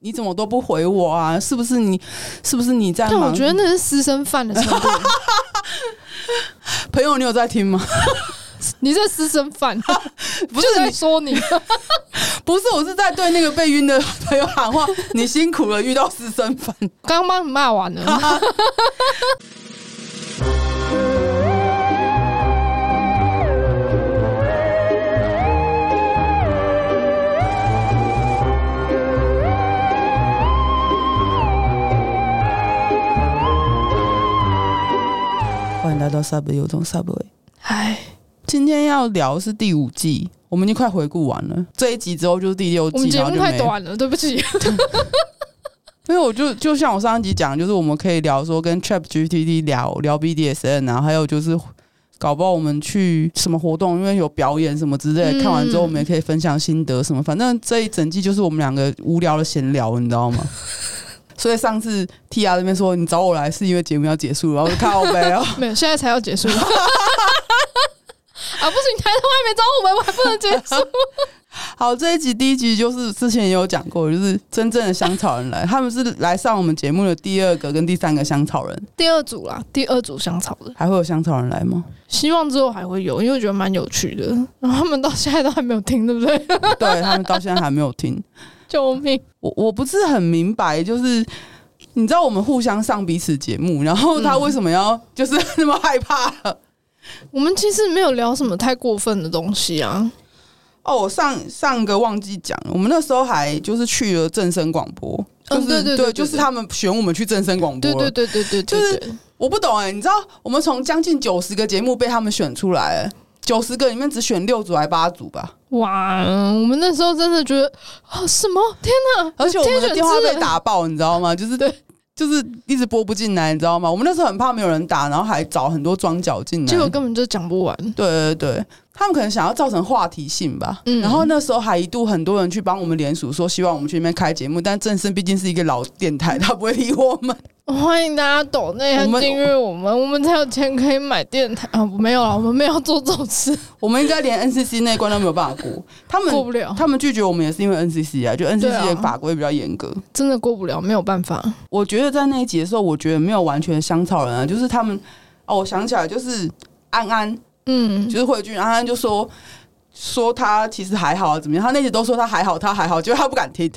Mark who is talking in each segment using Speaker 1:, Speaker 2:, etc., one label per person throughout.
Speaker 1: 你怎么都不回我啊？是不是你？是不是你在
Speaker 2: 但
Speaker 1: 忙？
Speaker 2: 我觉得那是私生饭的程 度，
Speaker 1: 朋友，你有在听 吗？
Speaker 2: 你这私生 饭
Speaker 1: 不
Speaker 2: 就是在
Speaker 1: 你，
Speaker 2: 说你，
Speaker 1: 不是，我是在对那个被晕的 朋友喊话：你辛苦了，遇到私生饭。
Speaker 2: 刚刚帮你骂完了。
Speaker 1: 欢迎来到 Subway 有种 Subway。
Speaker 2: 唉，
Speaker 1: 今天要聊是第五季，我们已经快回顾完了。这一集之后就是第六
Speaker 2: 我
Speaker 1: 季，
Speaker 2: 们节
Speaker 1: 然后
Speaker 2: 目
Speaker 1: 就
Speaker 2: 太
Speaker 1: 没了。
Speaker 2: 短了，对不 起。
Speaker 1: 因为我就就像我上一集讲，就是我们可以聊说跟 Chat GPT 聊聊 BDSN 啊，还有就是搞不好我们去什么活动，因为有表演什么之类的，
Speaker 2: 嗯
Speaker 1: 看完之后我们也可以分享心得什么。反正这一整季就是我们两个无聊的闲聊，你知道吗？ 所以上次 T R 那边说你找我来是因为节目要结束了，然后我就靠背哦，
Speaker 2: 没有，现在才要结束。啊， 不行，台湾还没找我们，我还不能结束。
Speaker 1: 好，这一集第一集就是之前也有讲过，就是真正的香草人来，他们是来上我们节目的第二个跟第三个香草人，
Speaker 2: 第二组啦，第二组香草的，
Speaker 1: 还会有香草人来吗？
Speaker 2: 希望之后还会有，因为我觉得蛮有趣的。 然后他们到现在都还没有听，对不对？
Speaker 1: 对他们到现在还没有听，
Speaker 2: 救命！
Speaker 1: 我我不是很明白，就是你知道我们互相上彼此节目，然后
Speaker 2: 嗯
Speaker 1: 他为什么要 就是那么害怕？
Speaker 2: 我们其实没有聊什么太过分的东西啊。
Speaker 1: 哦，我上上个忘记讲，了，我们那时候还就是去了正声广播，就是、
Speaker 2: 嗯对对对对
Speaker 1: 就是他们选我们去正声广播
Speaker 2: 对
Speaker 1: 了。
Speaker 2: 对对对对
Speaker 1: 就
Speaker 2: 对
Speaker 1: 是
Speaker 2: 对，
Speaker 1: 我不懂哎、你知道我们从将近九十个节目被他们选出来、九十个里面只选六组还八组吧，
Speaker 2: 哇！我们那时候真的觉得啊，什么天哪！
Speaker 1: 而且我们
Speaker 2: 天
Speaker 1: 的
Speaker 2: 选
Speaker 1: 电话
Speaker 2: 之
Speaker 1: 被
Speaker 2: 人，
Speaker 1: 打爆，你知道吗？就是对，就是一直拨不进来，你知道吗？我们那时候很怕没有人打，然后还找很多庄脚进来。
Speaker 2: 结果根本就讲不完。
Speaker 1: 对对对，他们可能想要造成话题性吧。
Speaker 2: 嗯
Speaker 1: 然后那时候还一度很多人去帮我们联署，说希望我们去那边开节目，但正声毕竟是一个老电台，他不会理我们。
Speaker 2: 欢迎大家抖内
Speaker 1: 我们
Speaker 2: 和订阅我们，我们才有钱可以买电台啊！
Speaker 1: 哦
Speaker 2: 没有了，我们没有做这种事，
Speaker 1: 我们应该连 NCC 那一关都没有办法过。 他
Speaker 2: 过
Speaker 1: 们
Speaker 2: 不了，
Speaker 1: 他们拒绝我们也是因为 NCC 啊，就 NCC
Speaker 2: 对
Speaker 1: 的
Speaker 2: 啊
Speaker 1: 法规比较严格。
Speaker 2: 真的过不了，没有办法。
Speaker 1: 我觉得在那一集的时候，我觉得没有完全香草人啊，就是他们哦，我想起来就是安安，
Speaker 2: 嗯，
Speaker 1: 就是慧君，安安就说。说他其实还好啊，怎么样？他那集都说他还好，他还好，结果他不敢听。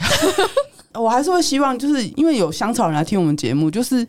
Speaker 1: 我还是会希望，就是因为有香草人来听我们节目，就是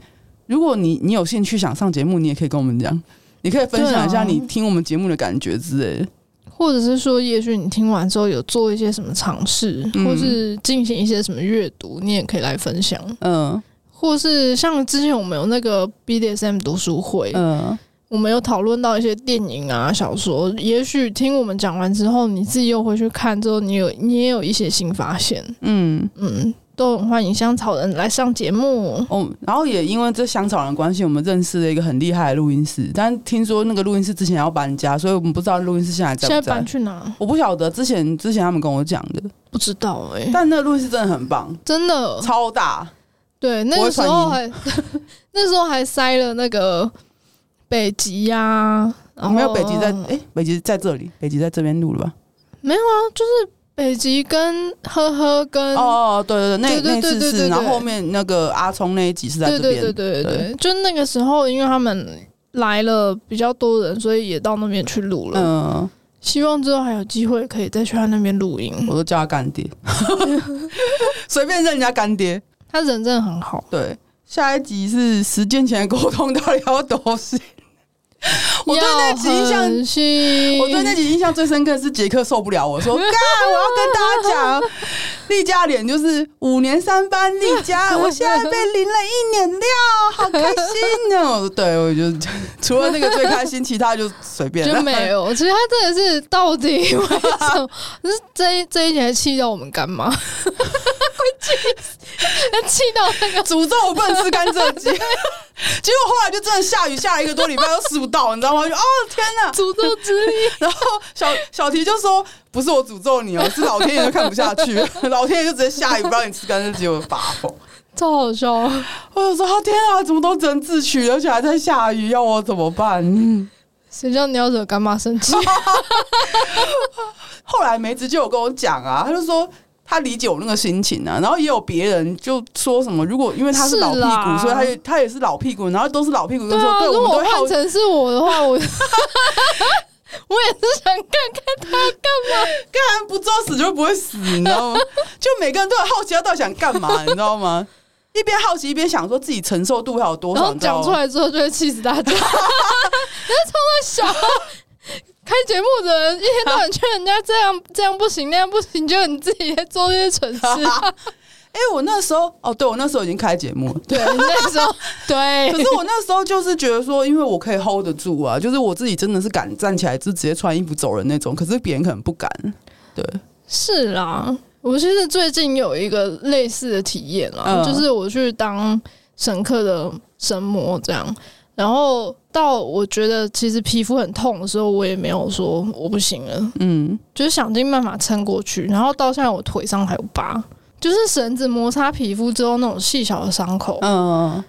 Speaker 1: 如果你你有兴趣想上节目，你也可以跟我们讲，你可以分享一下
Speaker 2: 对啊
Speaker 1: 你听我们节目的感觉之类的。
Speaker 2: 或者是说，也许你听完之后有做一些什么尝试，
Speaker 1: 嗯
Speaker 2: 或是进行一些什么阅读，你也可以来分享。
Speaker 1: 嗯
Speaker 2: 或是像之前我们有那个 BDSM 读书会，
Speaker 1: 嗯，
Speaker 2: 我们有讨论到一些电影啊、小说，也许听我们讲完之后，你自己又回去看之后，你有你也有一些新发现。
Speaker 1: 嗯，
Speaker 2: 嗯，都很欢迎香草人来上节目。
Speaker 1: 哦，然后也因为这香草人的关系，我们认识了一个很厉害的录音室，但听说那个录音室之前要搬家，所以我们不知道录音室现在还在
Speaker 2: 现
Speaker 1: 不
Speaker 2: 在
Speaker 1: 在。
Speaker 2: 搬去哪？
Speaker 1: 我不晓得，之前之前他们跟我讲的，
Speaker 2: 不知道哎、
Speaker 1: 但那个录音室真的很棒，
Speaker 2: 真的
Speaker 1: 超大，
Speaker 2: 对，那
Speaker 1: 我会
Speaker 2: 个时
Speaker 1: 传
Speaker 2: 候还 那时候还塞了那个北极呀、然后呃
Speaker 1: 没有北极在，哎、北极在这里，北极在这边录了吧？
Speaker 2: 北极跟呵呵跟
Speaker 1: 哦哦，对对对，那
Speaker 2: 嗯对对
Speaker 1: 那
Speaker 2: 对
Speaker 1: 次
Speaker 2: 对
Speaker 1: 是，
Speaker 2: 对
Speaker 1: 然后
Speaker 2: 对
Speaker 1: 后面那个阿聪那一集是在
Speaker 2: 对
Speaker 1: 这
Speaker 2: 对
Speaker 1: 边，
Speaker 2: 对对
Speaker 1: 对
Speaker 2: 对，就那个时候，因为他们来了比较多人，所以也到那边去录了。
Speaker 1: 嗯，
Speaker 2: 希望之后还有机会可以再去他那边录音。
Speaker 1: 我都叫他干 爹，随便认人家干爹。
Speaker 2: 他人真的很好，
Speaker 1: 对，下一集是实践前的沟通到底要多深？我对那集印象
Speaker 2: 要狠心
Speaker 1: 我对那集印象最深刻的是杰克受不了我 说：“干，我要跟大家讲，丽佳脸就是五年三班丽佳，我现在被淋了一年料，好开心 哦。”对，我就除了那个最开心，其他就随 便了
Speaker 2: 就没有。其实他真的是到底为什么？ 是这一这一年气到我们干妈， 会气死，气到那个
Speaker 1: 诅咒我不能吃甘蔗 鸡。结果后来就真的下雨下了一个多礼拜都吃不到，你知道吗？就哦天哪！
Speaker 2: 诅咒之力。
Speaker 1: 然后小小提就说：“不是我诅咒你哦，是老天爷都看不下去， 老天爷就直接下雨不让你吃甘蔗鸡，我发疯。”
Speaker 2: 超好笑！
Speaker 1: 我就说啊天啊，怎么都只能自取，而且还在下雨，要我怎么办？ 嗯
Speaker 2: 谁叫你要惹干 妈生气？
Speaker 1: 后来梅子就有跟我讲啊，他就说。他理解我那个心情啊。然后也有别人就说什么，如果因为他是老屁
Speaker 2: 是
Speaker 1: 股，
Speaker 2: 啦
Speaker 1: 所以他也他也是老屁股，然后都是老屁股，就
Speaker 2: 对
Speaker 1: 说
Speaker 2: 啊，
Speaker 1: 对，
Speaker 2: 如
Speaker 1: 我
Speaker 2: 果
Speaker 1: 们都会好
Speaker 2: 换成是我的话，我 我也是想看看他
Speaker 1: 干不作死就不会死，你知道吗？ 就每个人都有好奇他到底想干嘛，你知道吗？ 一边好奇一边想说自己承受度还有多
Speaker 2: 然
Speaker 1: 少，
Speaker 2: 后
Speaker 1: 你知道
Speaker 2: 讲
Speaker 1: 吗
Speaker 2: 出来之后就会气死大家。人家 从小开节目的人一天到晚劝人家这样这样不行那样不行，就你自己在做这些蠢事。
Speaker 1: 哎、我那时候哦，对我那时候已经开节目了。
Speaker 2: 对，那时 候对
Speaker 1: 可，是我那时候就是觉得说，因为我可以 hold 得住啊，就是我自己真的是敢站起来就直接穿衣服走人那种，可是别人可能不敢。对，
Speaker 2: 是啦。我其实最近有一个类似的体验啦，
Speaker 1: 嗯
Speaker 2: 就是我去当神课的神魔这样，然后到我觉得其实皮肤很痛的时候，我也没有说我不行了，
Speaker 1: 嗯，
Speaker 2: 就是想尽办法撑过去，然后到现在我腿上还有疤，就是绳子摩擦皮肤之后那种细小的伤口，
Speaker 1: 嗯，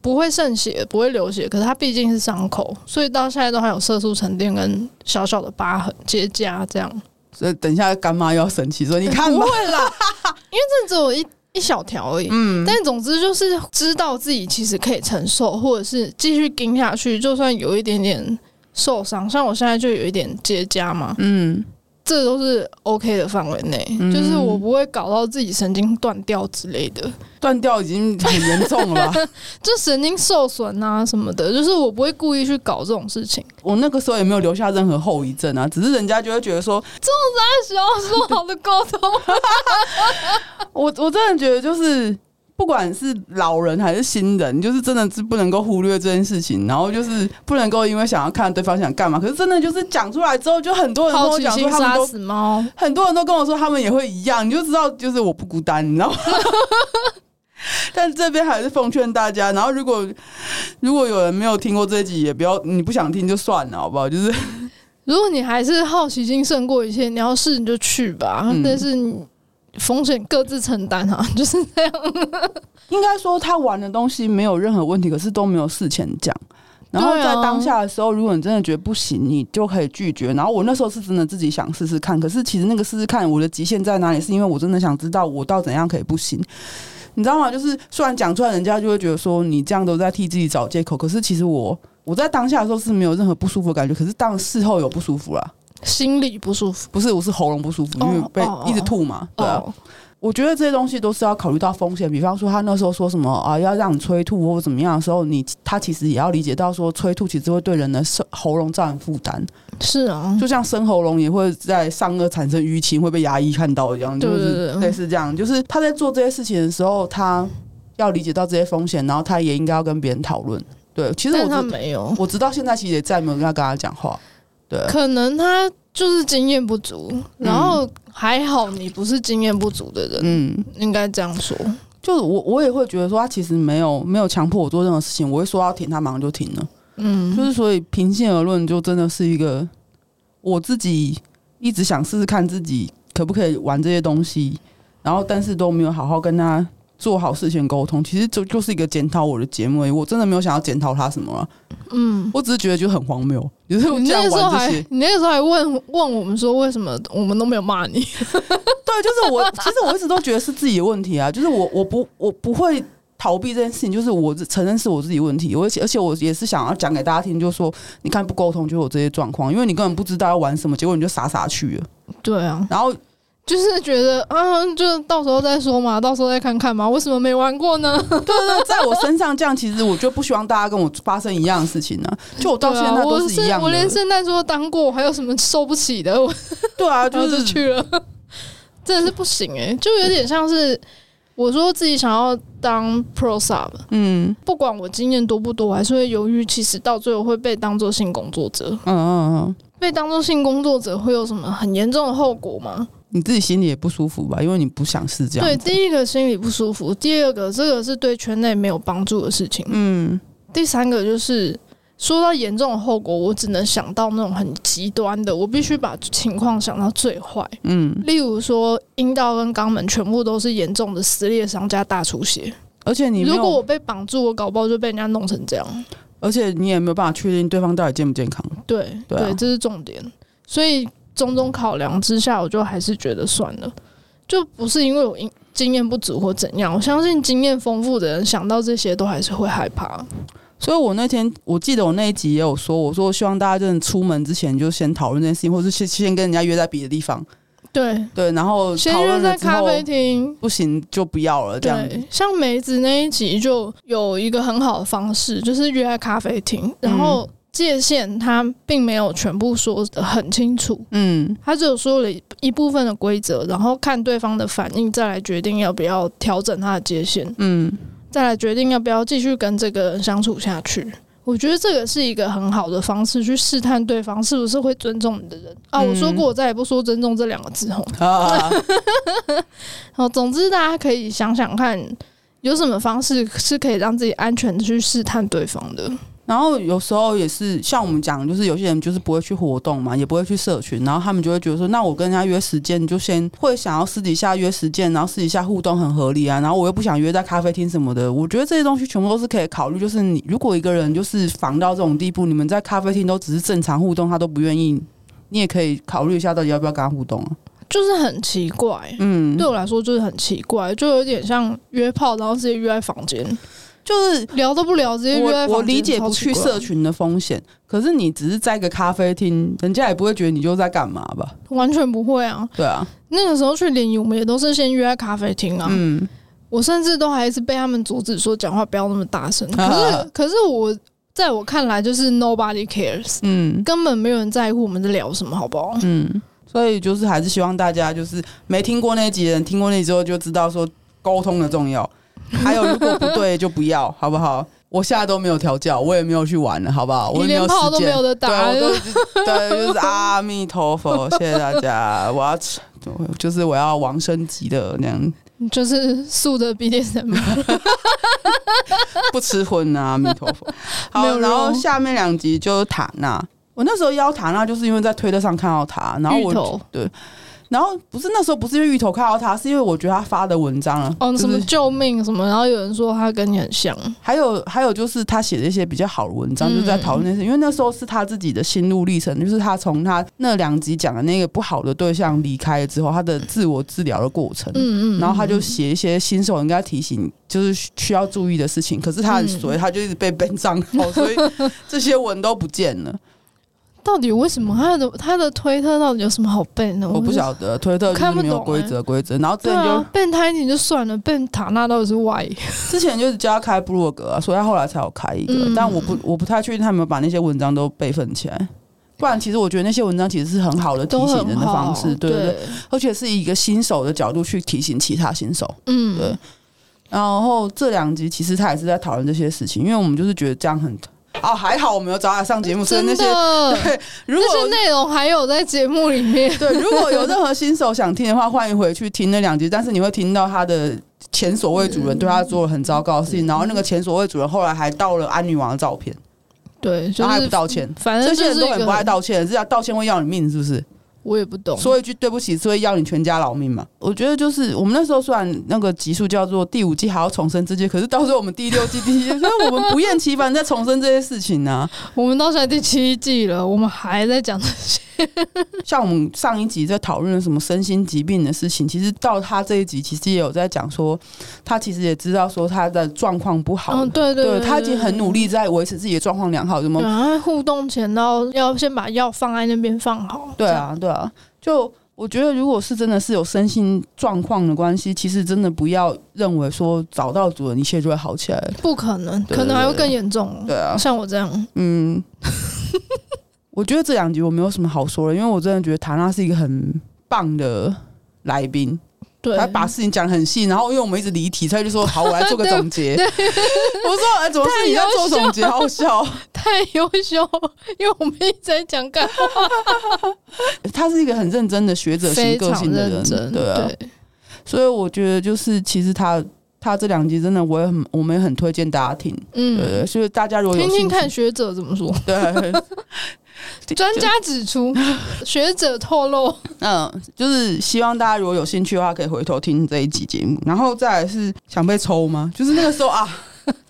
Speaker 2: 不会渗血，不会流血，可是它毕竟是伤口，所以到现在都还有色素沉淀跟小小的疤痕结痂这样。
Speaker 1: 所以等一下干妈又要生气说，你看
Speaker 2: 不
Speaker 1: 吧，
Speaker 2: 会啦， 因为这只有一一小条而已。
Speaker 1: 嗯，
Speaker 2: 但总之就是知道自己其实可以承受，或者是继续盯下去，就算有一点点受伤，像我现在就有一点结痂嘛，
Speaker 1: 嗯，
Speaker 2: 这都是 OK 的范围内，就是我不会搞到自己神经断掉之类的，
Speaker 1: 断掉已经很严重 了吧？
Speaker 2: 就神经受损啊什么的，就是我不会故意去搞这种事情。
Speaker 1: 我那个时候也没有留下任何后遗症啊，只是人家就会觉得说，
Speaker 2: 那时候说好的沟通，
Speaker 1: 我我真的觉得就是。不管是老人还是新人，就是真的是不能够忽略这件事情，然后就是不能够因为想要看对方想干嘛，可是真的就是讲出来之后，就很多人跟
Speaker 2: 好
Speaker 1: 我
Speaker 2: 奇
Speaker 1: 讲说
Speaker 2: 心
Speaker 1: 他们
Speaker 2: 杀
Speaker 1: 都
Speaker 2: 死猫，
Speaker 1: 很多人都跟我说他们也会一样，你就知道就是我不孤单，你知道吗？但这边还是奉劝大家，然后如果如果有人没有听过这一集，也不要你不想听就算了，好不好？就是
Speaker 2: 如果你还是好奇心胜过一切，你要试你就去吧，
Speaker 1: 嗯
Speaker 2: 但是你风险各自承担啊， 就是这样。
Speaker 1: 应该说他玩的东西没有任何问题，可是都没有事前讲。然后
Speaker 2: 对
Speaker 1: 在
Speaker 2: 啊
Speaker 1: 当下的时候，如果你真的觉得不行，你就可以拒绝。然后我那时候是真的自己想试试看，可是其实那个试试看我的极限在哪里，是因为我真的想知道我到怎样可以不行。你知道吗？就是虽然讲出来，人家就会觉得说你这样都在替自己找借口，可是其实我我在当下的时候是没有任何不舒服的感觉，可是当然事后有不舒服啦，
Speaker 2: 心里不舒服。
Speaker 1: 不是我是喉咙不舒服，因为
Speaker 2: 哦
Speaker 1: 被
Speaker 2: 哦
Speaker 1: 一直吐嘛，对啊。
Speaker 2: 哦，
Speaker 1: 我觉得这些东西都是要考虑到风险，比方说他那时候说什么啊，要让你催吐或怎么样的时候，你他其实也要理解到说催吐其实会对人的生喉咙造成负担，
Speaker 2: 是啊，
Speaker 1: 就像生喉咙也会在上颚产生淤青，会被牙医看到一样，就
Speaker 2: 对
Speaker 1: 是
Speaker 2: 对对
Speaker 1: 类似这样。就是他在做这些事情的时候，他要理解到这些风险，然后他也应该要跟别人讨论。对，其实
Speaker 2: 但
Speaker 1: 我
Speaker 2: 他
Speaker 1: 知
Speaker 2: 没有，
Speaker 1: 我直到现在其实也再没有跟他跟他讲话。对，
Speaker 2: 可能他就是经验不足，然后还好你不是经验不足的人，
Speaker 1: 嗯。
Speaker 2: 应该这样说。
Speaker 1: 就是我，我也会觉得说，他其实没有没有强迫我做任何事情，我会说要停，他马上就停了。
Speaker 2: 嗯，
Speaker 1: 就是所以平心而论，就真的是一个我自己一直想试试看自己可不可以玩这些东西，然后但是都没有好好跟他做好事前沟通。其实就就是一个检讨我的节目而已，我真的没有想要检讨他什么了。嗯，我只是觉得就很荒谬，就是我
Speaker 2: 你
Speaker 1: 竟
Speaker 2: 那
Speaker 1: 然
Speaker 2: 个时候
Speaker 1: 玩
Speaker 2: 还
Speaker 1: 这些，。
Speaker 2: 你那个时候还问问我们说，为什么我们都没有骂你？
Speaker 1: 对，就是我，其实我一直都觉得是自己的问题啊，就是我我不我不会逃避这件事情，就是我承认是我自己问题，我而且而且我也是想要讲给大家听，就是说你看不沟通就有这些状况，因为你根本不知道要玩什么，结果你就傻傻去了，
Speaker 2: 对啊，
Speaker 1: 然后
Speaker 2: 就是觉得啊，就到时候再说嘛，到时候再看看嘛，为什么没玩过呢？
Speaker 1: 对对对，在我身上这样，其实我就不希望大家跟我发生一样的事情呢、就我到现
Speaker 2: 对
Speaker 1: 在
Speaker 2: 啊，
Speaker 1: 都
Speaker 2: 我
Speaker 1: 一样
Speaker 2: 我连
Speaker 1: 的，
Speaker 2: 圣诞树都当过，我还有什么受不起的？我
Speaker 1: 对啊，
Speaker 2: 然后
Speaker 1: 就
Speaker 2: 就是去了， 真的是不行哎、就有点像是我说自己想要当 pro sub，
Speaker 1: 嗯
Speaker 2: 不管我经验多不多，我还是会犹豫。其实到最后会被当做性工作者，
Speaker 1: 嗯嗯嗯，
Speaker 2: 被当做性工作者会有什么很严重的后果吗？
Speaker 1: 你自己心里也不舒服吧，因为你不想是这样，
Speaker 2: 对，第一个心里不舒服，第二个这个是对圈内没有帮助的事情，
Speaker 1: 嗯
Speaker 2: 第三个就是。说到严重的后果，我只能想到那种很极端的，我必须把情况想到最坏。
Speaker 1: 嗯，
Speaker 2: 例如说，阴道跟肛门全部都是严重的撕裂伤加大出血。
Speaker 1: 而且你没
Speaker 2: 如果我
Speaker 1: 有，
Speaker 2: 被绑住，我搞不好就被人家弄成这样。
Speaker 1: 而且你也没有办法确定对方到底健不健康，
Speaker 2: 对
Speaker 1: 对啊
Speaker 2: 这是重点。所以种种考量之下，我就还是觉得算了。就不是因为我经经验不足或怎样，我相信经验丰富的人想到这些都还是会害怕。
Speaker 1: 所以我那天我记得我那一集也有说，我说希望大家真的出门之前就先讨论这件事情，或是先先跟人家约在别的地方，
Speaker 2: 对，
Speaker 1: 对，然后
Speaker 2: 先
Speaker 1: 讨
Speaker 2: 约
Speaker 1: 论
Speaker 2: 在
Speaker 1: 了之
Speaker 2: 咖
Speaker 1: 后
Speaker 2: 啡厅，
Speaker 1: 不行就不要了这样子
Speaker 2: 对。，像梅子那一集就有一个很好的方式，就是约在咖啡厅，然
Speaker 1: 嗯
Speaker 2: 后界限他并没有全部说的很清楚，
Speaker 1: 嗯，
Speaker 2: 他只有说了一部分的规则，然后看对方的反应，再来决定要不要调整他的界限，
Speaker 1: 嗯，
Speaker 2: 再来决定要不要继续跟这个人相处下去。我觉得这个是一个很好的方式，去试探对方是不是会尊重你的人啊！我
Speaker 1: 嗯
Speaker 2: 说过，我再也不说“尊重”这两个字吼。
Speaker 1: 啊，
Speaker 2: 哦，总之大家可以想想看，有什么方式是可以让自己安全的去试探对方的。
Speaker 1: 然后有时候也是像我们讲，就是有些人就是不会去活动嘛，也不会去社群，然后他们就会觉得说，那我跟人家约时间，你就先会想要私底下约时间，然后私底下互动很合理啊，然后我又不想约在咖啡厅什么的。我觉得这些东西全部都是可以考虑，就是你如果一个人就是防到这种地步，你们在咖啡厅都只是正常互动，他都不愿意，你也可以考虑一下到底要不要跟他互动啊。
Speaker 2: 就是很奇怪，
Speaker 1: 嗯，
Speaker 2: 对我来说就是很奇怪，就有点像约炮，然后直接约在房间，
Speaker 1: 就是
Speaker 2: 聊都不聊，直接约在
Speaker 1: 我
Speaker 2: 房间。
Speaker 1: 我理解不去
Speaker 2: 超奇怪
Speaker 1: 社，群的风险，可是你只是在一个咖啡厅，人家也不会觉得你就在干嘛吧？
Speaker 2: 完全不会啊。
Speaker 1: 对啊，
Speaker 2: 那个时候去联谊，我们也都是先约在咖啡厅啊。
Speaker 1: 嗯。
Speaker 2: 我甚至都还是被他们阻止说讲话不要那么大声。可是，
Speaker 1: 啊
Speaker 2: 可是我在我看来就是 nobody cares，
Speaker 1: 嗯
Speaker 2: 根本没有人在乎我们在聊什么，好不好？
Speaker 1: 嗯，所以就是还是希望大家就是没听过那集的人，听过那集之后就知道说沟通的重 要。还有，如果不对就不要，好不好？我现在都没有调教，我也没有去玩了，好不好？我
Speaker 2: 你
Speaker 1: 也没
Speaker 2: 连
Speaker 1: 有
Speaker 2: 炮
Speaker 1: 时
Speaker 2: 都没
Speaker 1: 间
Speaker 2: 有。得打哎
Speaker 1: 对，，啊我 都是对，就是阿弥陀佛，谢谢大家。我要吃，就是我要往升级的那样，
Speaker 2: 就是素的 BDSM，
Speaker 1: 不吃荤啊，阿弥陀 佛。
Speaker 2: 没
Speaker 1: 好，
Speaker 2: 有肉
Speaker 1: 然后下面两集就是塔娜。我那时候邀塔娜，就是因为在推特上看到她， 然后我
Speaker 2: 芋头
Speaker 1: 然后不是那时候不是因为芋头看到他，是因为我觉得他发的文章啊，
Speaker 2: 哦，
Speaker 1: 就
Speaker 2: 什么
Speaker 1: 是
Speaker 2: 救命什么，然后有人说他跟你很像，
Speaker 1: 还有还有就是他写的一些比较好的文章，
Speaker 2: 嗯
Speaker 1: 就是在讨论那些，因为那时候是他自己的心路历程，就是他从他那两集讲的那个不好的对象离开了之后，他的自我治疗的过程。
Speaker 2: 嗯嗯，
Speaker 1: 然后他就写一些新手应该提醒，就是需要注意的事情。可是他很
Speaker 2: 嗯
Speaker 1: 衰，他就一直被编 账号，所以这些文都不见了。
Speaker 2: 到底为什么他的他的推特到底有什么好背呢？
Speaker 1: 我不
Speaker 2: 想
Speaker 1: 晓得推特就
Speaker 2: 看
Speaker 1: 是
Speaker 2: 不
Speaker 1: 没有
Speaker 2: 懂
Speaker 1: 规
Speaker 2: 欸
Speaker 1: 则规则。然后之
Speaker 2: 对
Speaker 1: 前就
Speaker 2: 啊，变态你就算了，变塔纳到底是 why？
Speaker 1: 之前就是叫他开部落格啊，所以他后来才有开一个，
Speaker 2: 嗯
Speaker 1: 但我不我不太确定他有没有把那些文章都备份起来。不然，其实我觉得那些文章其实是很好的提
Speaker 2: 都
Speaker 1: 醒
Speaker 2: 很
Speaker 1: 人的
Speaker 2: 好
Speaker 1: 方式，对
Speaker 2: 对
Speaker 1: 对对，而且是以一个新手的角度去提醒其他新手。
Speaker 2: 嗯
Speaker 1: 对然后这两集其实他也是在讨论这些事情，因为我们就是觉得这样很啊，还好我没有找他上节目，所以那
Speaker 2: 真
Speaker 1: 些
Speaker 2: 的。
Speaker 1: 对，如
Speaker 2: 那些
Speaker 1: 果
Speaker 2: 内容还有在节目里 面，
Speaker 1: 对如果有任何新手想听的话，欢迎回去听那两集，但是你会听到他的前所谓主人对他做了很糟糕的事情，然后那个前所谓主人后来还盗了安女王的照片。
Speaker 2: 对，就
Speaker 1: 然后还不
Speaker 2: 是
Speaker 1: 道歉。
Speaker 2: 反
Speaker 1: 这
Speaker 2: 正
Speaker 1: 些
Speaker 2: 就
Speaker 1: 人
Speaker 2: 是一
Speaker 1: 都很
Speaker 2: 个
Speaker 1: 不爱，道歉，是啊，道歉会要你命，是不是？
Speaker 2: 我也不懂，
Speaker 1: 说一句对不起是会要你全家老命嘛？我觉得就是我们那时候虽然那个集数叫做第五季还要重生这些，可是到时候我们第六季、第七季， 所以我们不厌其烦在重生这些事情啊呢、
Speaker 2: 我们到现在第七季了，我们还在讲这些，
Speaker 1: 像我们上一集在讨论什么身心疾病的事情，其实到他这一集，其实也有在讲说，他其实也知道说他的状况不好，
Speaker 2: 嗯，对对，
Speaker 1: 他已经很努
Speaker 2: 力。
Speaker 1: 力在维持自己的状况良好，怎么
Speaker 2: 对啊，互动前都要先把药放在那边放好。
Speaker 1: 对啊，对啊，就我觉得，如果是真的是有身心状况的关系，其实真的不要认为说找到主人一切就会好起来了。
Speaker 2: 这样，不可能，
Speaker 1: 对
Speaker 2: 可能还会更严重。哦
Speaker 1: 对啊，
Speaker 2: 像我这样，
Speaker 1: 嗯， 我觉得这两集我没有什么好说的，因为我真的觉得塔娜是一个很棒的来宾，
Speaker 2: 对，
Speaker 1: 他把事情讲得很细，然后因为我们一直离题，所以就说好，我来做个总 结。我说，哎、怎么是你在做总结？好好笑。
Speaker 2: 太优秀， 因为我们一直在讲干话，
Speaker 1: 他是一个很认真的学者型
Speaker 2: 非
Speaker 1: 个
Speaker 2: 常
Speaker 1: 性的
Speaker 2: 认
Speaker 1: 人，
Speaker 2: 真。
Speaker 1: 对啊。所以我觉得就是其实他他这两集真的我也很我们也很推荐大家听，
Speaker 2: 嗯，
Speaker 1: 对，所以大家如果有
Speaker 2: 听
Speaker 1: 兴
Speaker 2: 听
Speaker 1: 趣，
Speaker 2: 看学者怎么 说。
Speaker 1: 对，
Speaker 2: 专家指 出，学者透露，
Speaker 1: 嗯，就是希望大家如果有兴趣的话，可以回头听这一集节目，然后再来是想被抽吗？就是那个时候啊。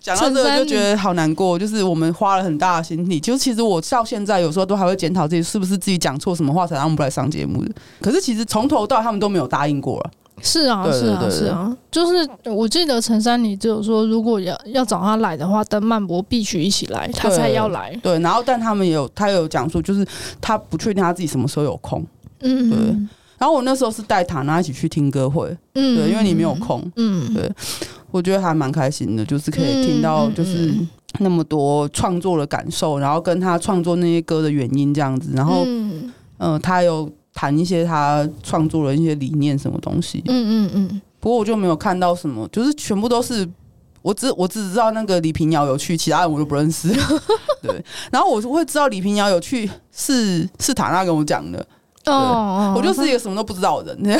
Speaker 1: 讲到这
Speaker 2: 衬
Speaker 1: 个
Speaker 2: 衫
Speaker 1: 就觉得好难过，就是我们花了很大的心力。就其实我到现在有时候都还会检讨自己是不是自己讲错什么话才让我们不来上节目的。可是其实从头到尾他们都没有答应过了，
Speaker 2: 是啊，
Speaker 1: 对对
Speaker 2: 是啊，
Speaker 1: 对对
Speaker 2: 是啊，就是我记得陈珊妮就有说，如果要要找他来的话，邓曼博必须一起来，他
Speaker 1: 对
Speaker 2: 才要来。
Speaker 1: 对，然后但他们也有，他也有讲述，就是他不确定他自己什么时候有空。
Speaker 2: 嗯嗯
Speaker 1: 然后我那时候是带塔娜一起去听歌会，
Speaker 2: 嗯
Speaker 1: 对，因为你没有，空，
Speaker 2: 嗯，
Speaker 1: 对我觉得还蛮开心的，就是可以听到
Speaker 2: 嗯嗯
Speaker 1: 就是
Speaker 2: 嗯
Speaker 1: 那么多创作的感受，然后跟他创作那些歌的原因这样子，然后
Speaker 2: 嗯
Speaker 1: 嗯、呃他有谈一些他创作的一些理念什么东西，
Speaker 2: 嗯嗯嗯，
Speaker 1: 不过我就没有看到什么，就是全部都是。我只我只知道那个李平遥有去，其他人我都不认 识。对，然后我会知道李平遥有去是是塔娜跟我讲的，
Speaker 2: 哦哦，
Speaker 1: 我就是一个什么都不知道的人。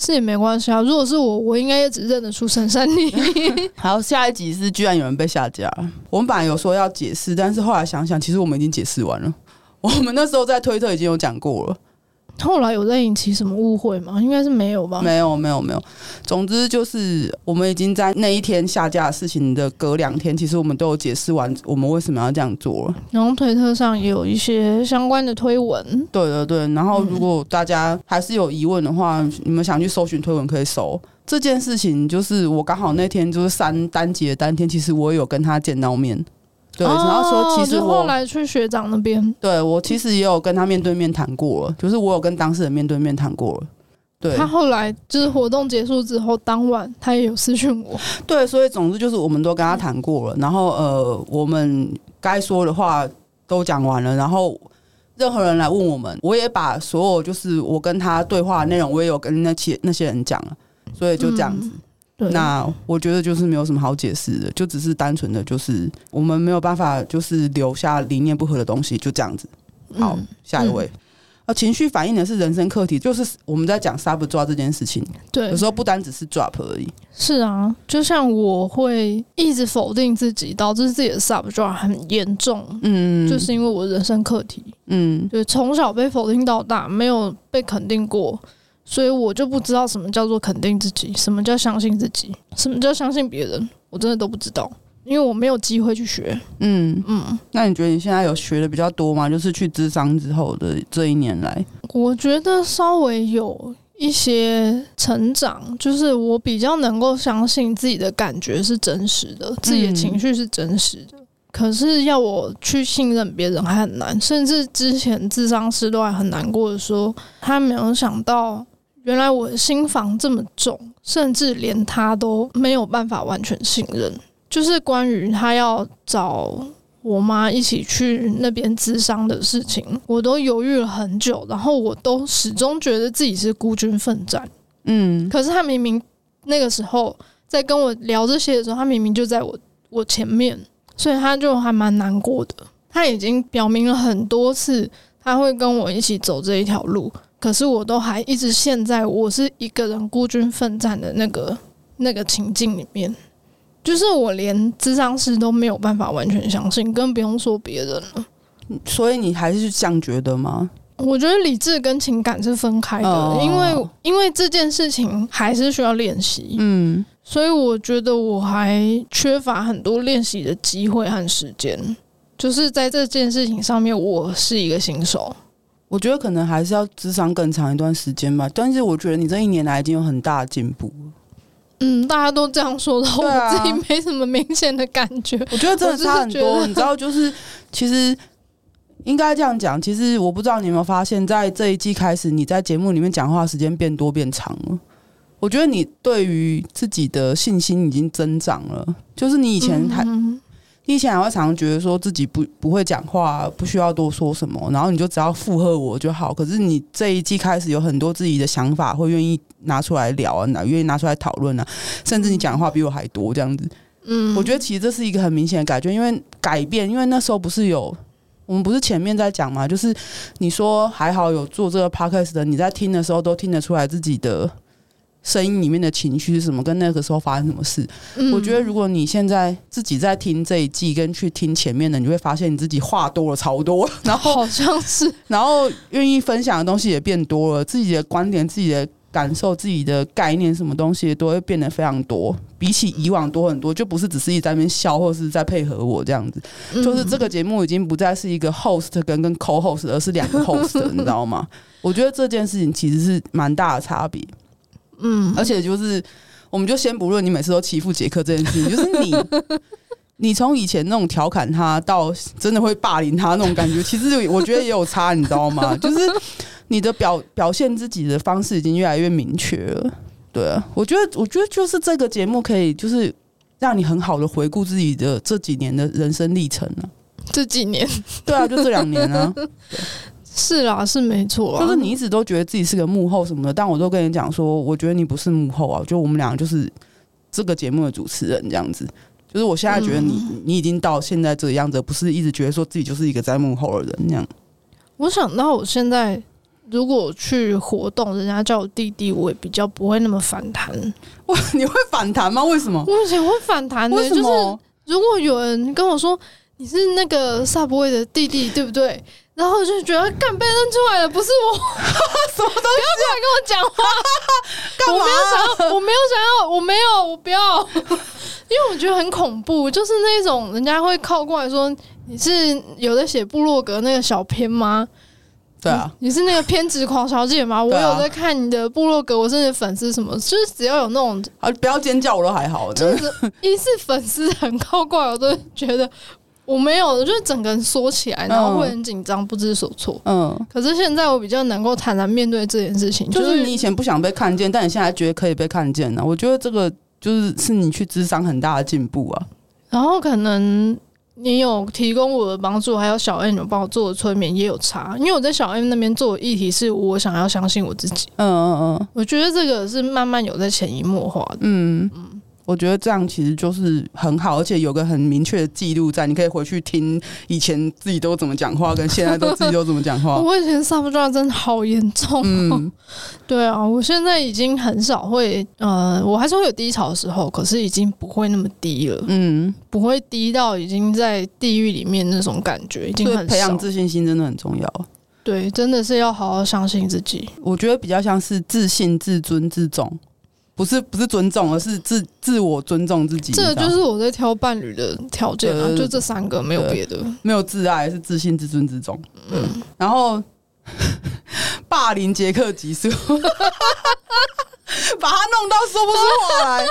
Speaker 2: 是也没关系啊。如果是我，我应该也只认得出陈珊妮。
Speaker 1: 好，下一集是居然有人被下架，我们本来有说要解释，但是后来想想，其实我们已经解释完了。 我们那时候在推特已经有讲过了，
Speaker 2: 后来有在引起什么误会吗？应该是没有吧。
Speaker 1: 没有没有没有。总之就是我们已经在那一天下架的事情的隔两天，其实我们都有解释完我们为什么要这样做了。
Speaker 2: 然后推特上也有一些相关的推文。
Speaker 1: 对对对，然
Speaker 2: 嗯
Speaker 1: 后如果大家还是有疑问的话，你们想去搜寻推文可以搜这件事情。就是我刚好那天就是三单节的当天，其实我也有跟他见到面，对，
Speaker 2: 哦
Speaker 1: 然后说其实
Speaker 2: 就
Speaker 1: 我
Speaker 2: 后来去学长那边，
Speaker 1: 对我其实也有跟他面对面谈过了，就是我有跟当事人面对面谈过了。对
Speaker 2: 他后来就是活动结束之后当晚，他也有私讯我。
Speaker 1: 对，所以总之就是我们都跟他谈过了，然后呃，我们该说的话都讲完了，然后任何人来问我们，我也把所有就是我跟他对话的内容，我也有跟那些那些人讲了，所以就这样子。
Speaker 2: 对，
Speaker 1: 那我觉得就是没有什么好解释的，就只是单纯的就是我们没有办法就是留下理念不合的东西，就这样子。好，
Speaker 2: 嗯
Speaker 1: 下一位。呃，情绪反映的是人生课题，就是我们在讲 sub drop 这件事情，
Speaker 2: 对
Speaker 1: 有，时候不单只是 drop 而已。
Speaker 2: 是啊，就像我会一直否定自己，导致自己的 sub drop 很严重，
Speaker 1: 嗯，
Speaker 2: 就是因为我的人生课题，
Speaker 1: 嗯，
Speaker 2: 就是从小被否定到大，没有被肯定过，所以我就不知道什么叫做肯定自己，什么叫相信自己，什么叫相信别人，我真的都不知道，因为我没有机会去学。
Speaker 1: 嗯，
Speaker 2: 嗯，
Speaker 1: 那你觉得你现在有学的比较多吗？就是去智商之后的这一年来，
Speaker 2: 我觉得稍微有。一些成长，就是我比较能够相信自己的感觉是真实的，自己的
Speaker 1: 嗯
Speaker 2: 情绪是真实的。可是要我去信任别人还很难，甚至之前智商师都还很难过的说，他没有想到原来我的心房这么重，甚至连他都没有办法完全信任。就是关于他要找我妈一起去那边咨商的事情，我都犹豫了很久，然后我都始终觉得自己是孤军奋战。
Speaker 1: 嗯
Speaker 2: 可是他明明那个时候在跟我聊这些的时候，他明明就在我我前面，所以他就还蛮难过的。他已经表明了很多次他会跟我一起走这一条路，可是我都还一直陷在我是一个人孤军奋战的那个那个情境里面。就是我连智商师都没有办法完全相信，更不用说别人了。
Speaker 1: 所以你还是这样觉得吗？
Speaker 2: 我觉得理智跟情感是分开的，
Speaker 1: 哦
Speaker 2: 因为因为这件事情还是需要练习。
Speaker 1: 嗯
Speaker 2: 所以我觉得我还缺乏很多练习的机会和时间，就是在这件事情上面，我是一个新手。
Speaker 1: 我觉得可能还是要智商更长一段时间吧，但是我觉得你这一年来已经有很大的进步了。
Speaker 2: 嗯，大家都这样说的话，
Speaker 1: 对啊
Speaker 2: 我自己没什么明显的感觉。
Speaker 1: 我觉得真的差很
Speaker 2: 我只是觉
Speaker 1: 多，
Speaker 2: 得
Speaker 1: 你知道，就是其实应该这样讲。其实我不知道你有没有发现，在这一季开始，你在节目里面讲话时间变多变长了。我觉得你对于自己的信心已经增长了，就是你以前还、
Speaker 2: 嗯
Speaker 1: 你以前还会常常觉得说自己不不会讲话，不需要多说什么，然后你就只要附和我就好。可是你这一季开始有很多自己的想法，会愿意拿出来聊啊，拿愿意拿出来讨论啊，甚至你讲的话比我还多这样子。
Speaker 2: 嗯，
Speaker 1: 我觉得其实这是一个很明显的改变，因为改变，因为那时候不是有我们不是前面在讲嘛，就是你说还好有做这个 podcast 的，你在听的时候都听得出来自己的声音里面的情绪是什么，跟那个时候发生什么事。
Speaker 2: 嗯
Speaker 1: 我觉得如果你现在自己在听这一季，跟去听前面的，你会发现你自己话多了超多，然后
Speaker 2: 好像是
Speaker 1: 然后愿意分享的东西也变多了，自己的观点、自己的感受、自己的概念，什么东西都会变得非常多，比起以往多很多，就不是只是一直在那边笑，或是在配合我这样子。
Speaker 2: 嗯
Speaker 1: 就是这个节目已经不再是一个 host 跟跟 co host，而是两个 host，你知道吗？我觉得这件事情其实是蛮大的差别。
Speaker 2: 嗯，
Speaker 1: 而且就是，我们就先不论你每次都欺负杰克这件事情， 就是你，你从以前那种调侃他到真的会霸凌他那种感觉，其实有我觉得也有差，你知道吗？ 就是你的表表现自己的方式已经越来越明确了。对啊，我觉得，我觉得就是这个节目可以，就是让你很好的回顾自己的这几年的人生历程啊。
Speaker 2: 这几年
Speaker 1: 对啊，就这两年啊，
Speaker 2: 是啦，是没错啊，
Speaker 1: 就是你一直都觉得自己是个幕后什么的，但我都跟你讲说，我觉得你不是幕后啊，就我们俩就是这个节目的主持人这样子。就是我现在觉得你，
Speaker 2: 嗯
Speaker 1: 你已经到现在这个样子，不是一直觉得说自己就是一个在幕后的人那样。
Speaker 2: 我想到我现在如果去活动，人家叫我弟弟，我也比较不会那么反弹。
Speaker 1: 哇，你会反弹吗？为什么？
Speaker 2: 我以前会反弹的、
Speaker 1: 为什
Speaker 2: 就是
Speaker 1: 么？
Speaker 2: 如果有人跟我说你是那个萨博威的弟弟，对不对？然后我就觉得干被认出来了，不是我，
Speaker 1: 什么都
Speaker 2: 不要过来跟我讲话，
Speaker 1: 干
Speaker 2: 我
Speaker 1: 嘛
Speaker 2: 没有想要，我没有想要，我没有，我不要，因为我觉得很恐怖，就是那种人家会靠过来说你是有在写部落格那个小编吗？
Speaker 1: 对啊，
Speaker 2: 你是那个偏执狂小姐吗？我
Speaker 1: 对啊
Speaker 2: 有在看你的部落格，我是你的粉丝，什么就是只要有那种
Speaker 1: 啊，不要尖叫，我都还好。
Speaker 2: 就是一是粉丝很靠怪，我都觉得我没有，就是整个人缩起来，然后会很紧张，不知所措。
Speaker 1: 嗯，
Speaker 2: 可是现在我比较能够坦然面对这件事情，
Speaker 1: 就
Speaker 2: 就是
Speaker 1: 你以前不想被看见，但你现在觉得可以被看见呢、我觉得这个就是是你去智商很大的进步啊。
Speaker 2: 然后可能你有提供我的帮助，还有小 M 有帮我做的催眠也有差，因为我在小 M 那边做的议题是我想要相信我自己，
Speaker 1: 嗯嗯嗯
Speaker 2: 我觉得这个是慢慢有在潜移默化的。
Speaker 1: 嗯嗯，我觉得这样其实就是很好，而且有个很明确的记录在，你可以回去听以前自己都怎么讲话，跟现在都自己都怎么讲 话。
Speaker 2: 我以前萨不抓真的好严重、哦，
Speaker 1: 哦嗯，
Speaker 2: 对啊，我现在已经很少会，呃，我还是会有低潮的时候，可是已经不会那么低了，
Speaker 1: 嗯，
Speaker 2: 不会低到已经在地狱里面那种感觉，已经
Speaker 1: 所以
Speaker 2: 很
Speaker 1: 培
Speaker 2: 少
Speaker 1: 养。自信心真的很重要。
Speaker 2: 对，真的是要好好相信自己。
Speaker 1: 我觉得比较像是自信、自尊、自重，不是不是尊重，而是自自我尊重自己。
Speaker 2: 这
Speaker 1: 你知道
Speaker 2: 就是我在挑伴侣的条件啊，
Speaker 1: 对
Speaker 2: 就这三个，没有别的。
Speaker 1: 没有自爱，是自信、自尊、自重。嗯，然后 霸凌杰克极速， 把他弄到说不出话来。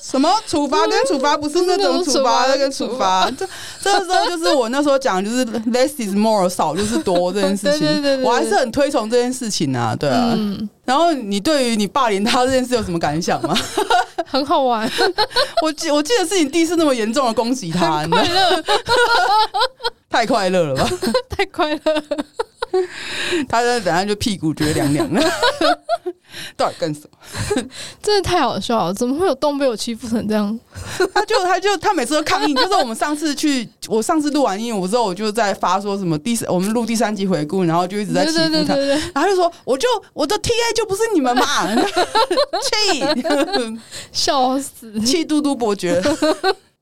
Speaker 1: 什么处罚跟处罚不是那种处罚， 那跟处罚。这这时候就是我那时候讲，就是 less is more，少就是多这件事情。
Speaker 2: 对对对对
Speaker 1: 我还是很推崇这件事情啊，对啊。
Speaker 2: 嗯，
Speaker 1: 然后你对于你霸凌他这件事有什么感想吗？
Speaker 2: 很好玩，
Speaker 1: 我记我记得是你第一次那么严重的攻击 他，你知道
Speaker 2: 快乐，
Speaker 1: 太快乐了吧？
Speaker 2: 太快乐。
Speaker 1: 他在等下就屁股觉得凉 凉了，到底干什么？
Speaker 2: 真的太好笑了！怎么会有洞被我欺负成这样？
Speaker 1: 他就他就他每次都抗议，就是我们上次去，我上次录完音，我之后我就在发说什么第三，我们录第三集回顾，然后就一直在
Speaker 2: 对
Speaker 1: 欺负
Speaker 2: 对对
Speaker 1: 他，
Speaker 2: 对对，
Speaker 1: 然后他就说我就我的 T A 就不是你们嘛，气
Speaker 2: 笑 死！
Speaker 1: 气嘟嘟伯爵。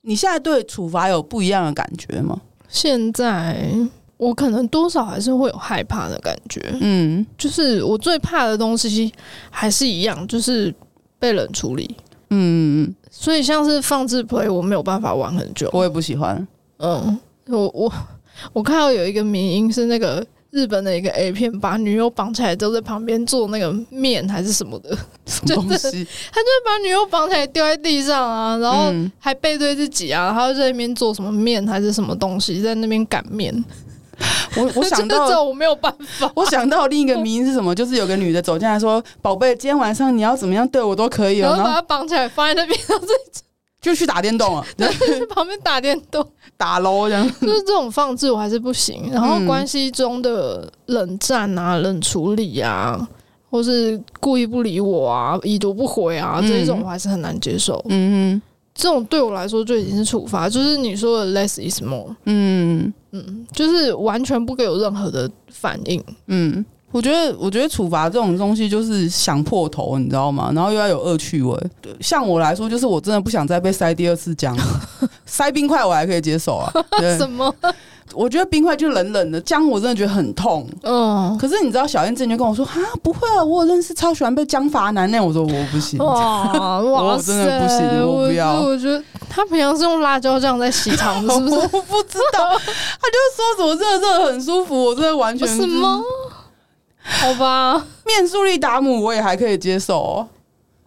Speaker 1: 你现在对处罚有不一样的感觉吗？
Speaker 2: 现在我可能多少还是会有害怕的感觉，
Speaker 1: 嗯，
Speaker 2: 就是我最怕的东西还是一样，就是被冷处理。
Speaker 1: 嗯，
Speaker 2: 所以像是放置 play，我没有办法玩很久。
Speaker 1: 我也不喜欢。
Speaker 2: 嗯，我我我看到有一个迷因是那个日本的一个 A 片，把女友绑起来之后，在旁边做那个面还是什么的， 就
Speaker 1: 什么东西？
Speaker 2: 把女友绑起来丢在地上啊，然后
Speaker 1: 嗯
Speaker 2: 还背对自己啊，然后在那边做什么面还是什么东西，在那边擀面。
Speaker 1: 我我想
Speaker 2: 就是
Speaker 1: 到
Speaker 2: 这种我没有办法。
Speaker 1: 我想到另一个名是什么，就是有个女的走进来说：“宝贝，今天晚上你要怎么样对我都可以
Speaker 2: 然
Speaker 1: 哦。”
Speaker 2: 后
Speaker 1: 然
Speaker 2: 把
Speaker 1: 后
Speaker 2: 它绑起来放在那边，然后
Speaker 1: 就去打电动了，
Speaker 2: 在旁边打电动。
Speaker 1: 打喽这样。
Speaker 2: 就是这种放置我还是不行。然后
Speaker 1: 嗯
Speaker 2: 关系中的冷战啊、冷处理啊，或是故意不理我啊、已读不回啊，
Speaker 1: 嗯
Speaker 2: 这一种我还是很难接受。
Speaker 1: 嗯
Speaker 2: 这种对我来说就已经是处罚，就是你说的 less is more，
Speaker 1: 嗯
Speaker 2: 嗯，就是完全不给我任何的反应。
Speaker 1: 嗯，我觉得我觉得处罚这种东西就是想破头，你知道吗？然后又要有恶趣味。对像我来说，就是我真的不想再被塞第二次姜， 塞冰块我还可以接受啊。 对，
Speaker 2: 什么？
Speaker 1: 我觉得冰块就冷冷的，姜我真的觉得很痛。
Speaker 2: 嗯，
Speaker 1: 可是你知道，小燕之前就跟我说：“啊，不会啊，我有认识超喜欢被姜罚男那。”我说：“我不 行。”
Speaker 2: 哇哇
Speaker 1: 我
Speaker 2: 塞！
Speaker 1: 真的不行我不要
Speaker 2: 我觉得他平常是用辣椒酱在洗澡的，是不是？
Speaker 1: 我不知道， 他就说什么热热很舒服，我真的完全
Speaker 2: 哦什么？好吧，
Speaker 1: 面速力达姆我也还可以接受、哦，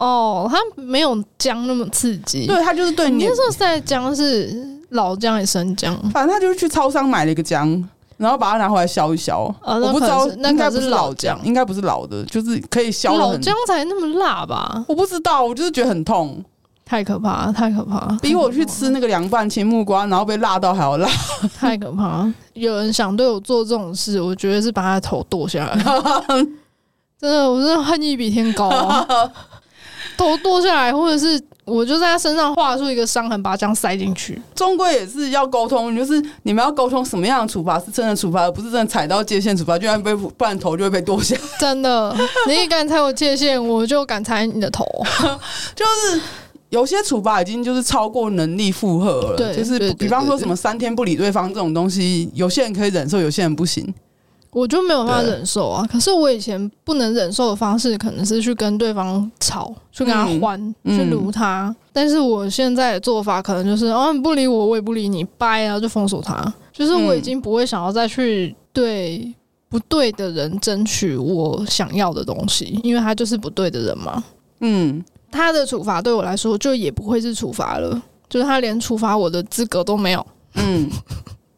Speaker 2: 哦，他没有姜那么刺激。
Speaker 1: 对他就是对
Speaker 2: 嗯你
Speaker 1: 你
Speaker 2: 那，时候是在姜是老姜还是生姜？
Speaker 1: 反正他就是去超商买了一个姜，然后把它拿回来削一削。
Speaker 2: 啊那
Speaker 1: 我不知
Speaker 2: 可
Speaker 1: 道
Speaker 2: 能是，那
Speaker 1: 应该
Speaker 2: 可能
Speaker 1: 不
Speaker 2: 是
Speaker 1: 老
Speaker 2: 老
Speaker 1: 姜，
Speaker 2: 姜
Speaker 1: 应该不是老的，就是可以削了
Speaker 2: 老
Speaker 1: 很。
Speaker 2: 姜才那么辣吧？
Speaker 1: 我不知道，我就是觉得很痛，
Speaker 2: 太可怕了，太可怕了！
Speaker 1: 比我去吃那个凉拌青木瓜，然后被辣到还要辣。
Speaker 2: 太可怕了！有人想对我做这种事，我觉得是把他的头剁下 来。真的，我真的恨意比天高啊！头剁下来，或者是我就在他身上画出一个伤痕，把姜塞进去。
Speaker 1: 终归也是要沟通，就是你们要沟通什么样的处罚是真的处罚，而不是真的踩到界限处罚，就然被不然头就会被剁下。
Speaker 2: 真的，你敢踩我界限，我就敢踩你的头。
Speaker 1: 有些处罚已经就是超过能力负荷了，
Speaker 2: 对
Speaker 1: 就是
Speaker 2: 对对
Speaker 1: 比方说
Speaker 2: 对
Speaker 1: 什么三天不理对方这种东西，有些人可以忍受，有些人不行。
Speaker 2: 我就没有办法
Speaker 1: 对
Speaker 2: 忍受啊！可是我以前不能忍受的方式，可能是去跟对方吵，去跟他
Speaker 1: 嗯
Speaker 2: 欢，
Speaker 1: 嗯
Speaker 2: 去撸他。但是我现在的做法，可能就是哦，你不理我，我也不理你，掰，然后就封锁他。就是我已
Speaker 1: 嗯
Speaker 2: 经不会想要再去对不对的人争取我想要的东西，因为他就是不对的人嘛。
Speaker 1: 嗯，
Speaker 2: 他的处罚对我来说，就也不会是处罚了，就是他连处罚我的资格都没有，
Speaker 1: 嗯，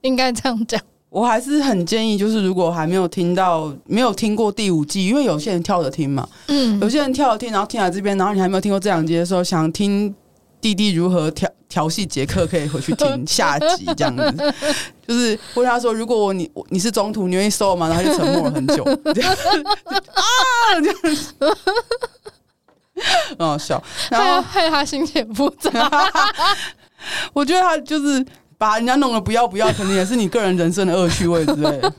Speaker 2: 应该这样讲。
Speaker 1: 我还是很建议，就是如果还没有听到、没有听过第五季，因为有些人跳着听嘛，
Speaker 2: 嗯
Speaker 1: 有，些人跳着听，然后听来这边，然后你还没有听过这两集的时候，想听弟弟如何调调戏杰克，可以回去听下集这样子。 就是问他说，如果我你我你是中途，你愿意收吗？然后他就沉默了很久， 这样啊，这样子， 很好笑。然
Speaker 2: 害
Speaker 1: 后
Speaker 2: 害他心情复杂。
Speaker 1: 我觉得他就是把人家弄得不要不要，可能也是你个人人生的恶趣味之类 的。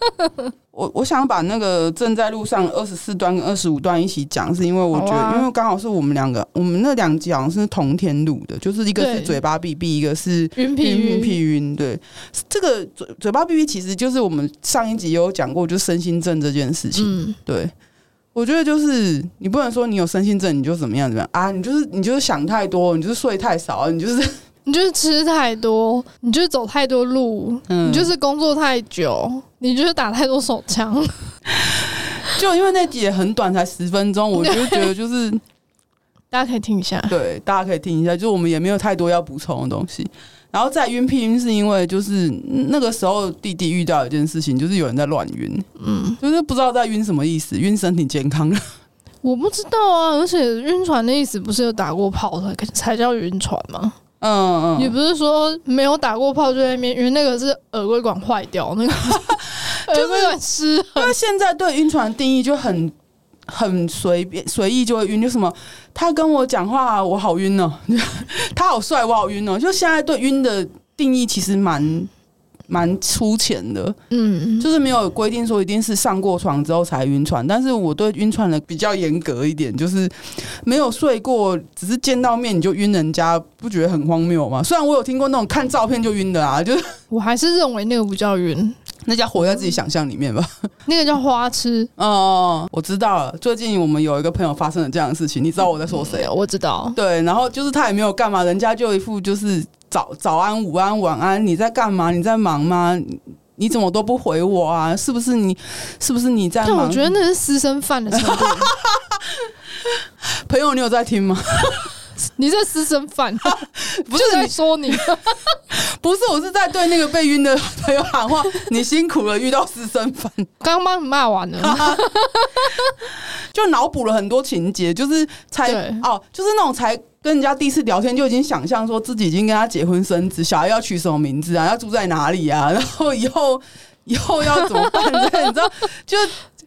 Speaker 1: 我我想把那个正在路上二十四段跟二十五段一起讲，是因为我觉得，
Speaker 2: 好啊
Speaker 1: 因为刚好是我们两个，我们那两集好像是同天录的，就是一个是
Speaker 2: 对
Speaker 1: 嘴巴闭闭，一个是
Speaker 2: 云
Speaker 1: 晕
Speaker 2: 平
Speaker 1: 晕屁晕。对，这个嘴嘴巴闭闭其实就是我们上一集也有讲过，就是身心症这件事情。
Speaker 2: 嗯，
Speaker 1: 对，我觉得就是你不能说你有身心症你就怎么样怎么样啊，你就是你就是想太多，你就是睡太少，啊你就是
Speaker 2: 你就是吃太多，你就是走太多路，
Speaker 1: 嗯
Speaker 2: 你就是工作太久，你就是打太多手枪。
Speaker 1: 就因为那集也很短，才十分钟，我就觉得 就是，
Speaker 2: 大家可以听一下
Speaker 1: 对，大家可以听一下，就我们也没有太多要补充的东西。然后再晕屁晕是因为就是那个时候弟弟遇到一件事情，就是有人在乱晕，嗯，就是不知道在晕什么意思，晕身体健康
Speaker 2: 我不知道啊。而且晕船的意思不是有打过炮才才叫晕船吗？
Speaker 1: 嗯
Speaker 2: 也
Speaker 1: 嗯，
Speaker 2: 不是说没有打过炮就在那边晕，那个是耳规管坏掉，那个
Speaker 1: 就是
Speaker 2: 耳规管失衡。
Speaker 1: 因为现在对晕船的定义就很很随便随意就会晕，就什么他跟我讲话我好晕哦， 他好帅我好晕哦，就现在对晕的定义其实蛮蛮粗浅的，
Speaker 2: 嗯，
Speaker 1: 就是没有规定说一定是上过床之后才晕船，但是我对晕船的比较严格一点，就是没有睡过，只是见到面你就晕人家，不觉得很荒谬吗？虽然我有听过那种看照片就晕的啊，就是
Speaker 2: 我还是认为那个不叫晕，
Speaker 1: 那家活在自己想象里面吧。
Speaker 2: 那个叫花痴。
Speaker 1: 哦，我知道了，最近我们有一个朋友发生了这样的事情，你知道我在说谁
Speaker 2: 对，
Speaker 1: 哦？
Speaker 2: 我知道。
Speaker 1: 对，然后就是他也没有干嘛，人家就一副就是早早安、午安、晚安，你在干嘛？你在忙吗？你你怎么都不回我啊？是不是你？是不是你在
Speaker 2: 但
Speaker 1: 忙？
Speaker 2: 我觉得那是私生饭的程 度，
Speaker 1: 朋友，你有在听吗？
Speaker 2: 你在私生饭，
Speaker 1: 不
Speaker 2: 就是在说你。
Speaker 1: 不是，我是在对那个被晕的朋友喊话：“你辛苦了，遇到私生饭。
Speaker 2: 刚帮你骂完了，”
Speaker 1: 就脑补了很多情节，就是才
Speaker 2: 对
Speaker 1: 哦，就是那种才跟人家第一次聊天就已经想象说自己已经跟他结婚生子，小孩要取什么名字啊，要住在哪里啊，然后以后以后要怎么办？ 你知道，就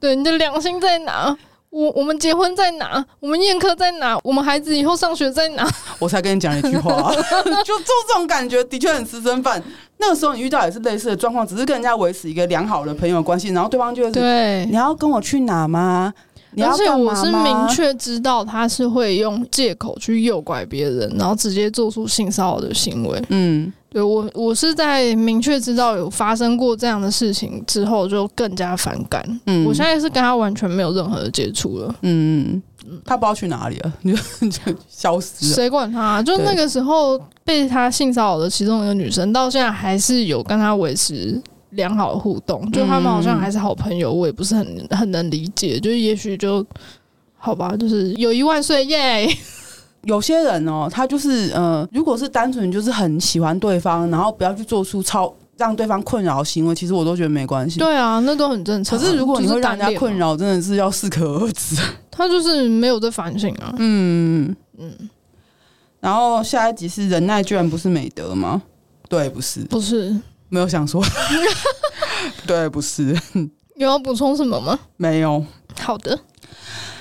Speaker 2: 对，你的良心在哪？我我们结婚在哪？我们宴客在哪？我们孩子以后上学在哪？
Speaker 1: 我才跟你讲了一句话、啊， 就就这种感觉的确很私生饭。那个时候你遇到也是类似的状况，只是跟人家维持一个良好的朋友关系，然后对方就会是
Speaker 2: 对
Speaker 1: 你，要跟我去哪吗？你要
Speaker 2: 而且
Speaker 1: 干
Speaker 2: 我
Speaker 1: 嘛
Speaker 2: 是
Speaker 1: 吗
Speaker 2: 明确知道他是会用借口去诱拐别人，然后直接做出性骚扰的行为。
Speaker 1: 嗯，
Speaker 2: 对我，我是在明确知道有发生过这样的事情之后，就更加反感。
Speaker 1: 嗯
Speaker 2: 我现在是跟他完全没有任何的接触了。
Speaker 1: 嗯，他不知道去哪里了， 你就你就消失了。
Speaker 2: 谁管他、就
Speaker 1: 对
Speaker 2: 那个时候被他性骚扰的其中一个女生，到现在还是有跟他维持良好的互
Speaker 1: 嗯
Speaker 2: 动，就他们好像还是好朋友，我也不是很很能理解。就是也许就好吧，就是友谊万岁耶！
Speaker 1: 有些人哦，他就是呃，如果是单纯就是很喜欢对方，然后不要去做出超让对方困扰的行为，其实我都觉得没关系。
Speaker 2: 对啊，那都很正
Speaker 1: 可
Speaker 2: 常啊。
Speaker 1: 是如果你
Speaker 2: 就是
Speaker 1: 会让人
Speaker 2: 单
Speaker 1: 家
Speaker 2: 恋
Speaker 1: 困
Speaker 2: 嘛，
Speaker 1: 扰，真的是要适可而止。
Speaker 2: 他就是没有在反省啊。
Speaker 1: 嗯，
Speaker 2: 嗯，
Speaker 1: 然后下一集是忍耐居然不是美德吗？对，不是，
Speaker 2: 不是，
Speaker 1: 没有 想说。对，不是，
Speaker 2: 有要补充什么吗？
Speaker 1: 没有
Speaker 2: 好的，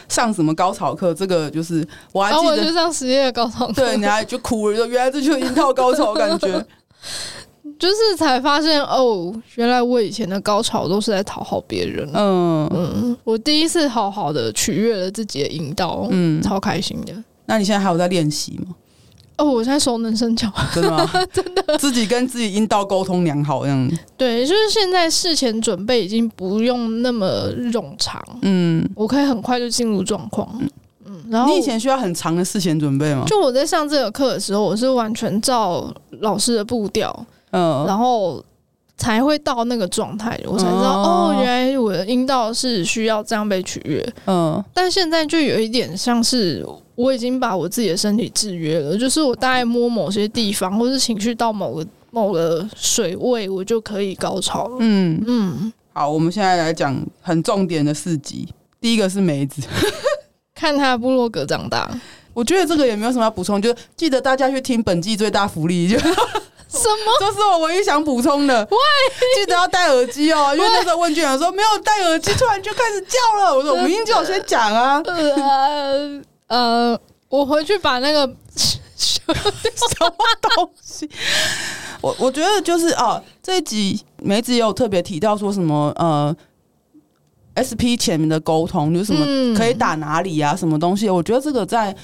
Speaker 1: 上什么高潮课，这个就是我还
Speaker 2: 然后
Speaker 1: 啊记
Speaker 2: 啊哦我
Speaker 1: 得，
Speaker 2: 就上实验的高 中，
Speaker 1: 对，你还就哭了，就原来这就是一套高潮的感觉。
Speaker 2: 就是才发现哦，原来我以前的高潮都是在讨好别人。 啊
Speaker 1: 嗯
Speaker 2: 嗯，我第一次好好的取悦了自己的引导，
Speaker 1: 嗯，
Speaker 2: 超开心的。
Speaker 1: 那你现在还有在练习 吗？
Speaker 2: 哦，我现在熟能生巧。
Speaker 1: 真的吗？真的，自己跟自己阴道沟通良好这样子。
Speaker 2: 对，就是现在事前准备已经不用那么冗长，
Speaker 1: 嗯，
Speaker 2: 我可以很快就进入状况。嗯，然后
Speaker 1: 你以前需要很长的事前准备吗？
Speaker 2: 就我在上这个课的时候，我是完全照老师的步调，
Speaker 1: 嗯，
Speaker 2: 然后才会到那个状态，我才知道
Speaker 1: 哦
Speaker 2: 哦原来我的阴道是需要这样被取悦。
Speaker 1: 嗯
Speaker 2: 但现在就有一点像是我已经把我自己的身体制约了，就是我大概摸某些地方，或是情绪到某个某个水位，我就可以高潮了。
Speaker 1: 嗯，
Speaker 2: 嗯，
Speaker 1: 好，我们现在来讲很重点的四集。第一个是梅 子，
Speaker 2: 看他的部落格长大，
Speaker 1: 我觉得这个也没有什么要补充，就记得大家去听本季最大福利， 就这
Speaker 2: 什么？
Speaker 1: 是我唯一想补充的。喂，记得要戴耳机哦，因为那时候问卷有说没有戴耳机，突然就开始叫了。我 说我明明就有先讲啊，
Speaker 2: 呃呃，我回去把那个
Speaker 1: 什么东西？我我觉得就是哦，这一集梅子也有特别提到说什么呃，SP 前面的沟通，就是什么
Speaker 2: 嗯
Speaker 1: 可以打哪里啊，什么东西？我觉得这个在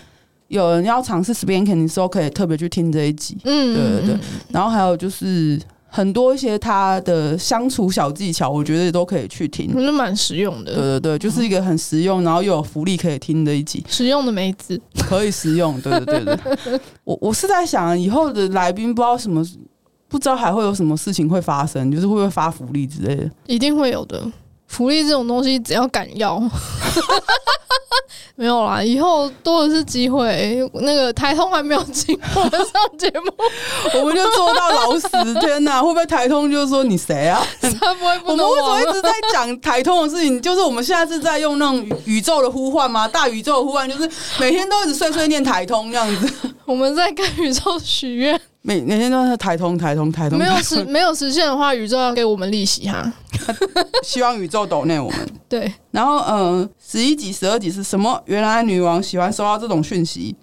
Speaker 1: 有人要尝试 spanking 的时候，可以特别去听这一集。
Speaker 2: 嗯，
Speaker 1: 对对
Speaker 2: 嗯，
Speaker 1: 然后还有就是很多一些他的相处小技巧，我觉得都可以去听。
Speaker 2: 我觉得蛮实用
Speaker 1: 对
Speaker 2: 的，
Speaker 1: 对对，就是一个很实用，然后又有福利可以听的一集。
Speaker 2: 实用的梅子。
Speaker 1: 可以食用，对对对对。 我我是在想，以后的来宾不知道什么，不知道还会有什么事情会发生，就是会不会发福利之类 的。
Speaker 2: 一定会有的。福利这种东西，只要敢要， 没有啦，以后多的是机会。那个台通还没有请我们上节目，
Speaker 1: 我们就做到老死，天哪！会不会台通就是说你谁啊？
Speaker 2: 他不会
Speaker 1: 我
Speaker 2: 不
Speaker 1: 们
Speaker 2: 能
Speaker 1: 为什
Speaker 2: 忘
Speaker 1: 么一。直在讲台通的事情？就是我们现在是在用那种宇宇宙的呼唤吗？大宇宙的呼唤就是每天都一直碎碎念台通这样子，
Speaker 2: 我们在跟宇宙许愿，
Speaker 1: 每每天都在台通台通台通，
Speaker 2: 没有
Speaker 1: 台
Speaker 2: 实
Speaker 1: 通
Speaker 2: 没有实现的话，宇宙要给我们利息哈。
Speaker 1: 希望宇宙抖内我们。
Speaker 2: 对，
Speaker 1: 然后嗯，十一集、十二集是什么？原来女王喜欢收到这种讯息，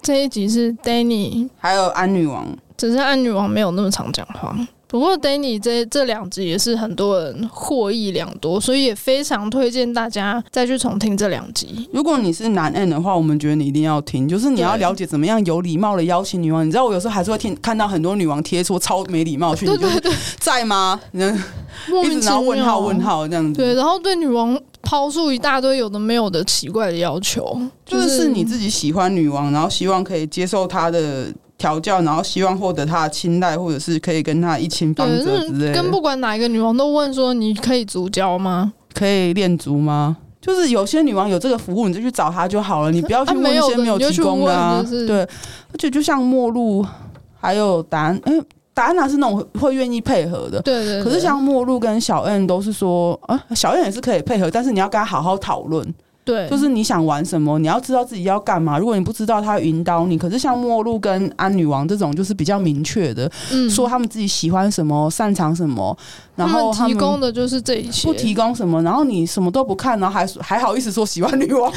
Speaker 2: 这一集是 Danny，
Speaker 1: 还有安女王。
Speaker 2: 只是暗女王没有那么常讲话。不过 Danny 这这两集也是很多人获益良多，所以也非常推荐大家再去重听这两集。
Speaker 1: 如果你是男 N 的话，我们觉得你一定要听，就是你要
Speaker 2: 对
Speaker 1: 了解怎么样有礼貌的邀请女王。你知道我有时候还是会听看到很多女王贴说超没礼貌去，你
Speaker 2: 对
Speaker 1: 就是
Speaker 2: 对对，
Speaker 1: 在吗？你就
Speaker 2: 莫
Speaker 1: 一
Speaker 2: 名
Speaker 1: 直
Speaker 2: 其
Speaker 1: 然
Speaker 2: 妙
Speaker 1: 后问号问号这样子，
Speaker 2: 对，然后对女王抛出一大堆有的没有的奇怪的要求，
Speaker 1: 就是是你自己喜欢女王，然后希望可以接受她的调教，然后希望获得她的青睐，或者是可以跟她一亲芳
Speaker 2: 对，
Speaker 1: 泽之
Speaker 2: 就是
Speaker 1: 类
Speaker 2: 跟不
Speaker 1: 的。
Speaker 2: 管哪一个女王都问说你可以足交吗？
Speaker 1: 可以练足吗？就是有些女王有这个服务，你就去找她就好了，你不要去
Speaker 2: 啊
Speaker 1: 问
Speaker 2: 没
Speaker 1: 一
Speaker 2: 有
Speaker 1: 些
Speaker 2: 的
Speaker 1: 没有
Speaker 2: 你就
Speaker 1: 提
Speaker 2: 去
Speaker 1: 供的啊。
Speaker 2: 问就是
Speaker 1: 对，而且就像陌路，还有达安，嗯、达安娜是那种会会愿意配合的。
Speaker 2: 对对对
Speaker 1: 可是像陌路跟小恩都是说啊，小恩也是可以配合，但是你要跟他好好讨论，
Speaker 2: 对，
Speaker 1: 就是你想玩什么，你要知道自己要干嘛。如果你不知道，他会引导你。可是像陌路跟安女王这种，就是比较明确的，
Speaker 2: 嗯
Speaker 1: 说他们自己喜欢什么，擅长什么，然后
Speaker 2: 他
Speaker 1: 他
Speaker 2: 们
Speaker 1: 们
Speaker 2: 提供的就是这一切，
Speaker 1: 不提供什么，然后你什么都不看，然后还还好意思说喜欢女王，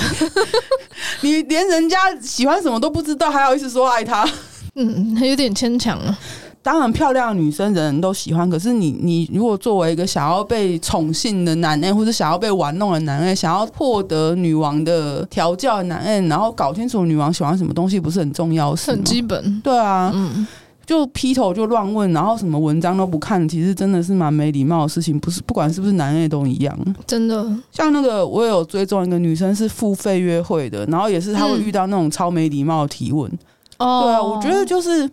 Speaker 1: 你连人家喜欢什么都不知道，还好意思说爱她。
Speaker 2: 嗯，有点牵强了。
Speaker 1: 当然，漂亮的女生人人都喜欢，可是你你如果作为一个想要被宠幸的男人，或者想要被玩弄的男人，想要获得女王的调教的男人，然后搞清楚女王喜欢什么东西，不是很重要的事吗
Speaker 2: 很？基本，
Speaker 1: 对啊，
Speaker 2: 嗯，
Speaker 1: 就劈头就乱问，然后什么文章都不看，其实真的是蛮没礼貌的事情。不是，不管是不是男人都一样。
Speaker 2: 真的，
Speaker 1: 像那个，我有追踪一个女生是付费约会的，然后也是她会遇到那种超没礼貌的提问。
Speaker 2: 嗯哦，
Speaker 1: 对啊，我觉得就是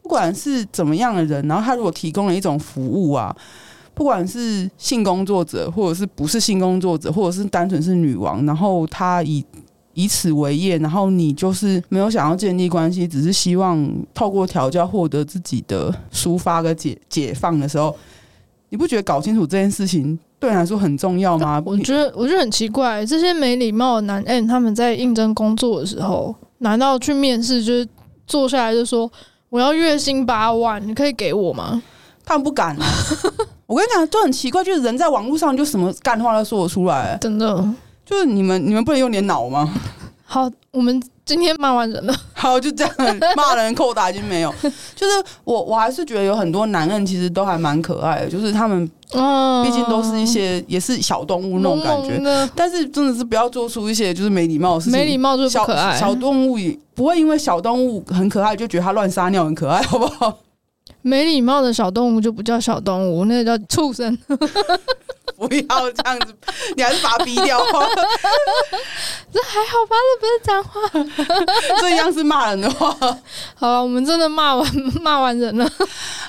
Speaker 1: 不管是怎么样的人，然后他如果提供了一种服务啊，不管是性工作者，或者是不是性工作者，或者是单纯是女王，然后他以以此为业，然后你就是没有想要建立关系，只是希望透过调教获得自己的抒发跟解解放的时候，你不觉得搞清楚这件事情对你来说很重要吗？
Speaker 2: 我觉得我觉得很奇怪，这些没礼貌的男 N 他们在应征工作的时候，难道去面试就是坐下来就说我要月薪八万，你可以给我吗？
Speaker 1: 他们不敢、啊。 我跟你讲，就很奇怪，就是人在网络上就什么干话都说得出来，
Speaker 2: 真的
Speaker 1: 就是你们你们不能用点脑吗？
Speaker 2: 好，我们今天骂完人了，
Speaker 1: 好，就这样骂人扣打已经没有。 就是我我还是觉得有很多男人其实都还蛮可爱的，就是他们
Speaker 2: 嗯，
Speaker 1: 毕竟都是一些也是小动物那种感觉，
Speaker 2: 萌萌的
Speaker 1: 但是真的是不要做出一些就是没礼貌的事情。
Speaker 2: 没礼貌就是
Speaker 1: 小
Speaker 2: 不可爱，
Speaker 1: 小动物也不会因为小动物很可爱就觉得它乱撒尿很可爱，好不好？
Speaker 2: 没礼貌的小动物就不叫小动物，那个叫畜生。
Speaker 1: 不要这样子，你还是把它逼掉好了。
Speaker 2: 还好吧， 这不是脏话。
Speaker 1: 这样是骂人的话。
Speaker 2: 好了，我们真的骂完 骂完人了。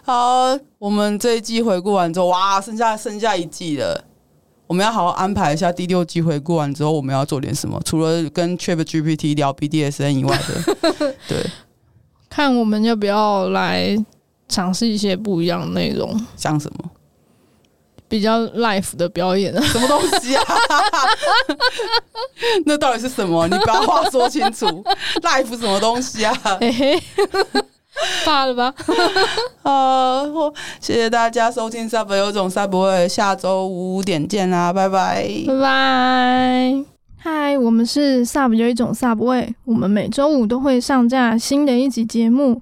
Speaker 1: 好，我们这一季回顾完之后，哇，剩下剩下一季了。我们要好好安排一下第六季回顾完之后，我们要做点什么？除了跟 Chat GPT 聊 BDSN 以外的， 对，
Speaker 2: 看我们要不要来尝试一些不一样的内容，
Speaker 1: 像什么
Speaker 2: 比较 live 的表演啊。
Speaker 1: 什么东西啊？ 那到底是什么？你把话说清楚。Life 什么东西啊？
Speaker 2: 嘿 嘿，怕了吧？
Speaker 1: 呃，我谢谢大家收听 Sub 有种 Sub 会，下周五点见啦，拜拜。
Speaker 2: 拜拜。嗨，我们是 Sub 有一种 Sub 味，我们每周五都会上架新的一集节目。